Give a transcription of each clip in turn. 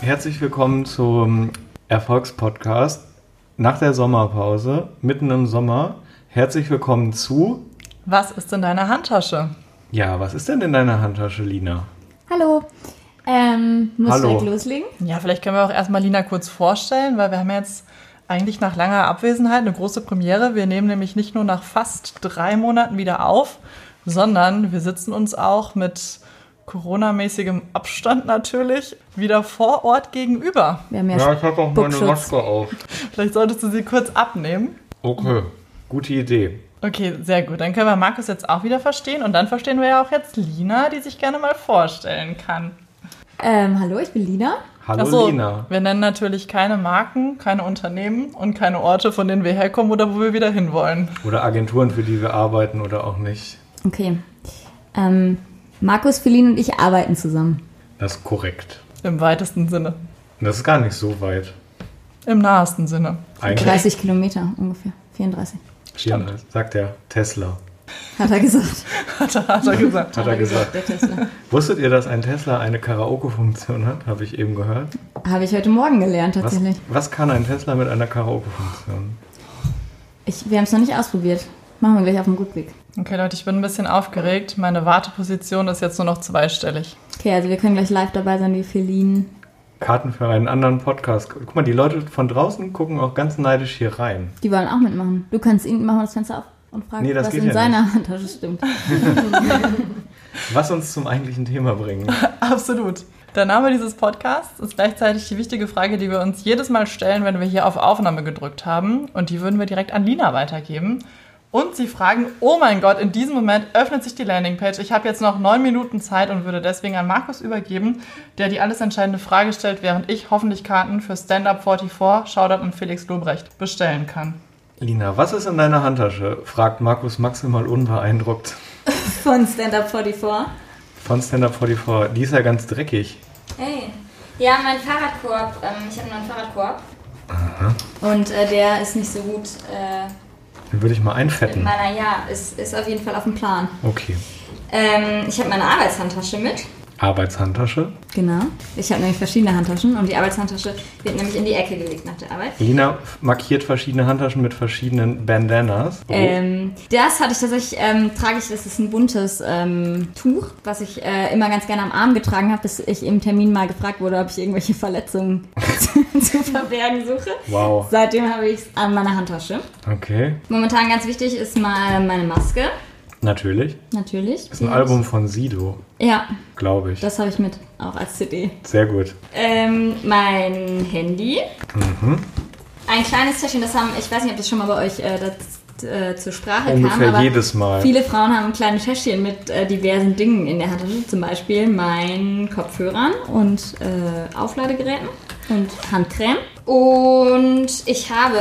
herzlich willkommen zum Erfolgspodcast nach der Sommerpause, mitten im Sommer. Herzlich willkommen zu. Was ist in deiner Handtasche? Ja, was ist denn in deiner Handtasche, Lina? Hallo. Ähm, muss Hallo. direkt loslegen? Ja, vielleicht können wir auch erstmal Lina kurz vorstellen, weil wir haben jetzt eigentlich nach langer Abwesenheit eine große Premiere. Wir nehmen nämlich nicht nur nach fast drei Monaten wieder auf, sondern wir sitzen uns auch mit Corona-mäßigem Abstand natürlich wieder vor Ort gegenüber. Wir haben ja, ja habe auch meine Buckschutz. Maske auf. Vielleicht solltest du sie kurz abnehmen. Okay. Gute Idee. Okay, sehr gut. Dann können wir Markus jetzt auch wieder verstehen und dann verstehen wir ja auch jetzt Lina, die sich gerne mal vorstellen kann. ähm, hallo, ich bin Lina. Hallo, Ach so, Lina. Wir nennen natürlich keine Marken, keine Unternehmen und keine Orte, von denen wir herkommen oder wo wir wieder hinwollen. Oder Agenturen, für die wir arbeiten oder auch nicht. Okay. Ähm, Markus, Feline und ich arbeiten zusammen. Das ist korrekt. Im weitesten Sinne. Das ist gar nicht so weit. Im nahesten Sinne. Eigentlich. 30 Kilometer ungefähr. 34. 34, sagt der Tesla. Hat er gesagt. Hat er, hat er gesagt. Hat er gesagt. Der Tesla. Wusstet ihr, dass ein Tesla eine Karaoke-Funktion hat? Habe ich eben gehört. Habe ich heute Morgen gelernt, Was, tatsächlich. was kann ein Tesla mit einer Karaoke-Funktion? Ich, wir haben es noch nicht ausprobiert. Machen wir gleich auf dem Rückweg. Okay, Leute, ich bin ein bisschen aufgeregt. Meine Warteposition ist jetzt nur noch zweistellig. Okay, also wir können gleich live dabei sein, wie Feline. Karten für einen anderen Podcast. Guck mal, die Leute von draußen gucken auch ganz neidisch hier rein. Die wollen auch mitmachen. Du kannst ihn machen wir das Fenster auf und fragen, Nee, das was geht in ja seiner Handtasche stimmt. Was uns zum eigentlichen Thema bringen. Absolut. Der Name dieses Podcasts ist gleichzeitig die wichtige Frage, die wir uns jedes Mal stellen, wenn wir hier auf Aufnahme gedrückt haben. Und die würden wir direkt an Lina weitergeben. Und sie fragen, oh mein Gott, in diesem Moment öffnet sich die Landingpage. Ich habe jetzt noch neun Minuten Zeit und würde deswegen an Markus übergeben, der die alles entscheidende Frage stellt, während ich hoffentlich Karten für Stand Up 44, Shoutout und Felix Lobrecht bestellen kann. Lina, was ist in deiner Handtasche? fragt Markus maximal unbeeindruckt Von Stand Up 44. von Stand Up 44. Die ist ja ganz dreckig. Hey. Ja, mein Fahrradkorb. Ähm, ich habe nur einen Fahrradkorb. Und äh, der ist Ist nicht so gut. Äh, Den würde ich mal mit einfetten. meiner, ja, ist, ist auf jeden Fall auf dem Plan. Okay. Ähm, ich habe meine Arbeitshandtasche mit. Arbeitshandtasche. Genau. Ich habe nämlich verschiedene Handtaschen und Die Arbeitshandtasche wird nämlich in die Ecke gelegt nach der Arbeit. Lina f- markiert verschiedene Handtaschen mit verschiedenen Bandanas. Oh. Ähm, das hatte ich tatsächlich, ähm, trage ich, das ist ein buntes ähm, Tuch, was ich äh, immer ganz gerne am Arm getragen habe, bis ich im Termin mal gefragt wurde, ob ich irgendwelche Verletzungen zu, zu verbergen suche. Wow. Seitdem habe ich es an meiner Handtasche. Okay. Momentan ganz wichtig ist mal meine Maske, Natürlich. natürlich. Ist ein Album von Sido, Ja, glaube ich. das habe ich mit, auch als CD. Sehr gut. Ähm, mein Handy. Mhm. Ein kleines Täschchen, das haben, ich weiß nicht, ob das schon mal bei euch äh, das, äh, zur Sprache kam, Ungefähr aber jedes Mal. Viele Frauen haben kleine Täschchen mit äh, diversen Dingen in der Handtasche, zum Beispiel meinen Kopfhörern und äh, Aufladegeräten und Handcreme. und ich habe,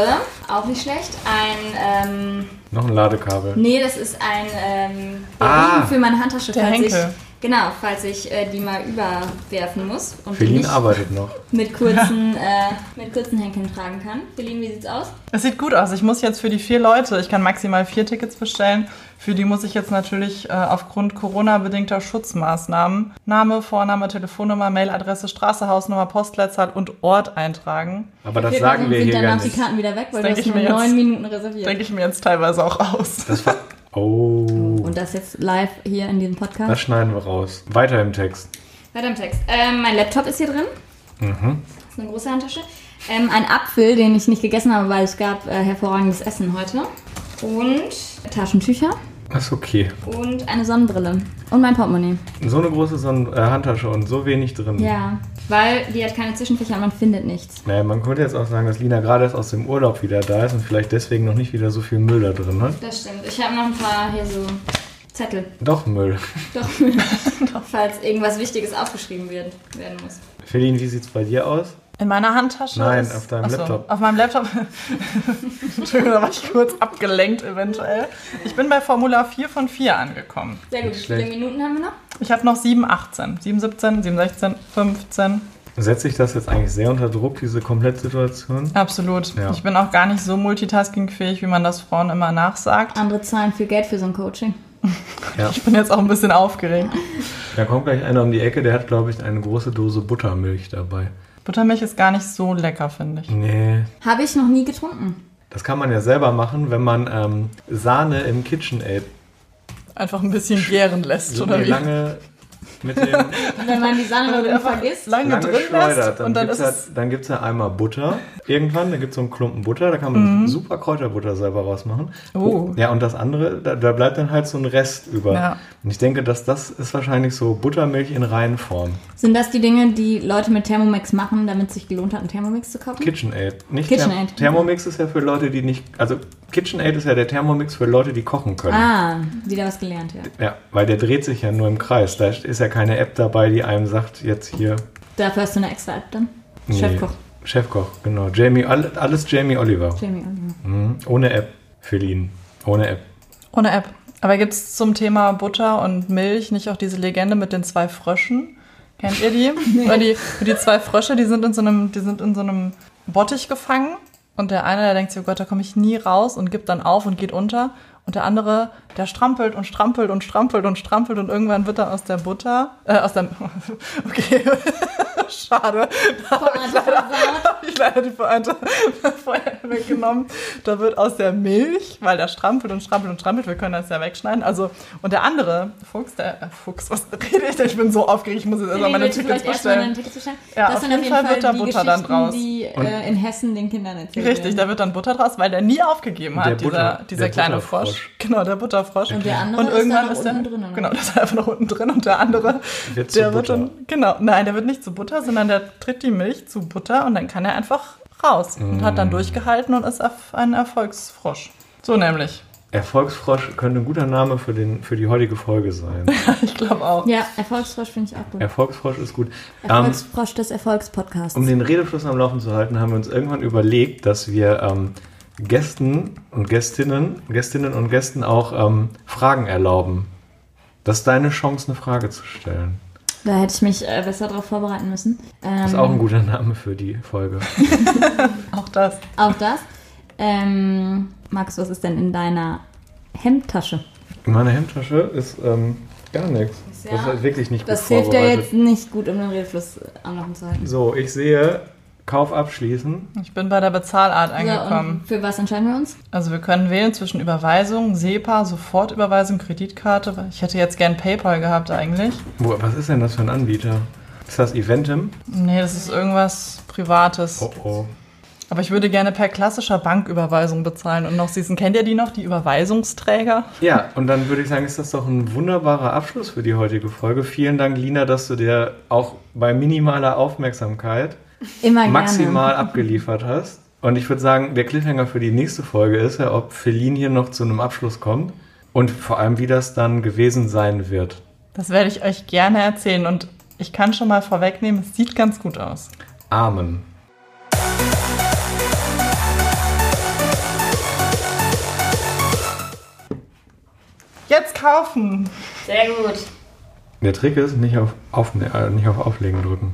auch nicht schlecht, ein. Ähm, Noch ein Ladekabel. nee, das ist ein. Ähm, Ah. Riemen für meine Handtasche, Der falls Henkel. ich genau, falls ich äh, die mal überwerfen muss und die Feline nicht arbeitet noch. mit kurzen, äh, mit kurzen Henkeln tragen kann. Feline, wie sieht's aus? Es sieht gut aus. Ich muss jetzt für die vier Leute, ich kann maximal vier Tickets bestellen. Für die muss ich jetzt natürlich äh, aufgrund Corona-bedingter Schutzmaßnahmen Name, Vorname, Telefonnummer, Mailadresse, Straße, Hausnummer, Postleitzahl und Ort eintragen. Aber das Okay, sagen dann wir sind hier gar danach die nicht. Karten wieder weg, Das weil du denk hast ich nur mir jetzt. neun Minuten Denke reserviert. ich mir jetzt teilweise auch aus. Das war. Oh. Und das jetzt live hier in diesem Das Podcast. schneiden wir raus. Weiter im Text. weiter im Text. Ähm, mein Laptop ist hier drin. Mhm. Das ist eine große Handtasche. Ähm, ein Apfel, den ich nicht gegessen habe, weil es gab äh, hervorragendes Essen heute. Und. Taschentücher Das ist okay. Und ein. eine Sonnenbrille und mein Portemonnaie. So eine große Sonnen äh, Handtasche und so wenig drin. Ja, weil die hat keine Zwischenfächer und man findet nichts. Naja, man könnte jetzt auch sagen, dass Lina gerade erst aus dem Urlaub wieder da ist und vielleicht deswegen noch nicht wieder so viel Müll da drin hat. Das stimmt. Ich habe noch ein paar hier so Zettel. Doch Müll. Doch, falls irgendwas Wichtiges aufgeschrieben werden, werden muss. Feline, wie sieht's bei dir aus? In meiner Handtasche? Nein, ist- auf deinem Achso, Laptop. Auf meinem Laptop. Entschuldigung, da war ich kurz abgelenkt eventuell. Ich bin bei Formula 4 von 4 angekommen. Sehr gut. Nicht Wie viele schlecht. Minuten haben wir noch? Ich habe noch 7, 18. 7, 17, 7, 16, 15. Setzt sich das jetzt eigentlich sehr unter Druck, diese Komplettsituation? Absolut. Ja. Ich bin auch gar nicht so multitaskingfähig, wie man das Frauen immer nachsagt. Andere zahlen viel Geld für so ein Coaching. Ja. Ich bin jetzt auch ein bisschen aufgeregt. Da kommt gleich einer um die Ecke, der hat, glaube ich, eine große Dose Buttermilch dabei. Buttermilch ist gar nicht so lecker, finde ich. Nee. Habe ich noch nie getrunken. Das kann man ja selber machen, wenn man ähm, Sahne im KitchenAid Einfach ein bisschen gären lässt, so oder wie? lange mit dem Wenn man die Sahne nur drin Einfach vergisst. lange, lange drin lässt schleudert, dann und dann gibt ist es es... halt, dann gibt's ja einmal Butter. Irgendwann, da gibt es so einen Klumpen Butter, da kann man super Kräuterbutter selber rausmachen. Mhm. Oh. Ja, und das andere, da, da bleibt dann halt so ein Rest über. Ja. Und ich denke, dass das ist wahrscheinlich so Buttermilch in Reinform. Sind das die Dinge, die Leute mit Thermomix machen, damit es sich gelohnt hat, einen Thermomix zu kaufen? KitchenAid. Nicht KitchenAid. Ther- Thermomix ist ja für Leute, die nicht. Also KitchenAid ist ja der Thermomix für Leute, die kochen können. Ah, wieder was gelernt, ja. Ja, weil der dreht sich ja nur im Kreis. Da ist ja keine App dabei, die einem sagt, jetzt hier. Dafür hast du eine extra App dann? nee, Chefkoch. Chefkoch, genau. Jamie, all- alles Jamie Oliver. Jamie Oliver. Mhm. Ohne App, Feline. Ohne App. Ohne App. Aber gibt es zum Thema Butter und Milch nicht auch diese Legende mit den zwei Fröschen? Kennt ihr die? Weil die, die zwei Frösche, die sind in so einem, die sind in so einem Bottich gefangen und der eine, der denkt sich, oh Gott, da komme ich nie raus und gibt dann auf und geht unter. Und der andere, der strampelt und strampelt und strampelt und strampelt und irgendwann wird er aus der Butter, äh, aus der, okay, schade, Ah, ich leider die Pointe vorher weggenommen. Da wird aus der Milch, weil der strampelt und strampelt und strampelt, wir können das ja wegschneiden. Also, und der andere Fuchs, der äh, Fuchs, was rede ich denn? Ich bin so aufgeregt, ich muss jetzt erstmal meine Willst du Tickets vielleicht erstmal bestellen. deine Tickets bestellen? Ja, auf jeden Fall wird da die Butter dann Geschichten, draus. die äh, in Hessen den Kindern erzählt Richtig, da werden. wird dann Butter draus, weil der nie aufgegeben Der hat, dieser, Butter- dieser der kleine Butterfrosch. Frosch. Genau, der Butterfrosch. Und der andere ist irgendwann dann noch der- unten drin, oder? Genau, das ist einfach noch unten drin und der andere, Wird zu der wird Butter. dann, genau, nein, der wird nicht zu Butter, sondern der tritt die Milch zu Butter und dann kann er einfach raus und hat Mm. dann durchgehalten und ist auf ein Erfolgsfrosch. So nämlich. Erfolgsfrosch könnte ein guter Name für, den, für die heutige Folge sein. Ich glaube auch. Ja, Erfolgsfrosch finde ich auch gut. Erfolgsfrosch ist gut. Ähm, Erfolgsfrosch des Erfolgspodcasts. um den Redefluss am Laufen zu halten, haben wir uns irgendwann überlegt, dass wir ähm, Gästen und Gästinnen, Gästinnen und Gästen auch ähm, Fragen erlauben. Das ist deine Chance, eine Frage zu stellen. Da hätte ich mich äh, besser darauf vorbereiten müssen. Ähm, Ist auch ein guter Name für die Folge. Auch das. auch das. Ähm, Markus, was ist denn in deiner Hemdtasche? In meiner Hemdtasche ist ähm, gar nichts. Ja. Das ist halt wirklich nicht Das gut hilft ja vorbereitet. jetzt nicht gut, um den Redefluss am Laufen zu halten. So, ich sehe, Kauf abschließen. Ich bin bei der Bezahlart So, angekommen. und für was entscheiden wir uns? Also wir können wählen zwischen Überweisung, SEPA, Sofortüberweisung, Kreditkarte. Ich hätte jetzt gern PayPal gehabt eigentlich. Wo, was ist denn das für ein Anbieter? Ist das Eventim? Nee, das ist irgendwas Privates. Oh oh. Aber ich würde gerne per klassischer Banküberweisung bezahlen und noch diesen, kennt ihr die noch, die Überweisungsträger? Ja, und dann würde ich sagen, ist das doch ein wunderbarer Abschluss für die heutige Folge. Vielen Dank, Lina, dass du dir auch bei minimaler Aufmerksamkeit Immer gerne. maximal abgeliefert hast. Und ich würde sagen, der Cliffhanger für die nächste Folge ist ja, ob Feline hier noch zu einem Abschluss kommt und vor allem, wie das dann gewesen sein wird. Das werde ich euch gerne erzählen und ich kann schon mal vorwegnehmen, es sieht ganz gut aus. Amen. Jetzt kaufen! Sehr gut. Der Trick ist, nicht auf, auf, äh, nicht auf Auflegen drücken.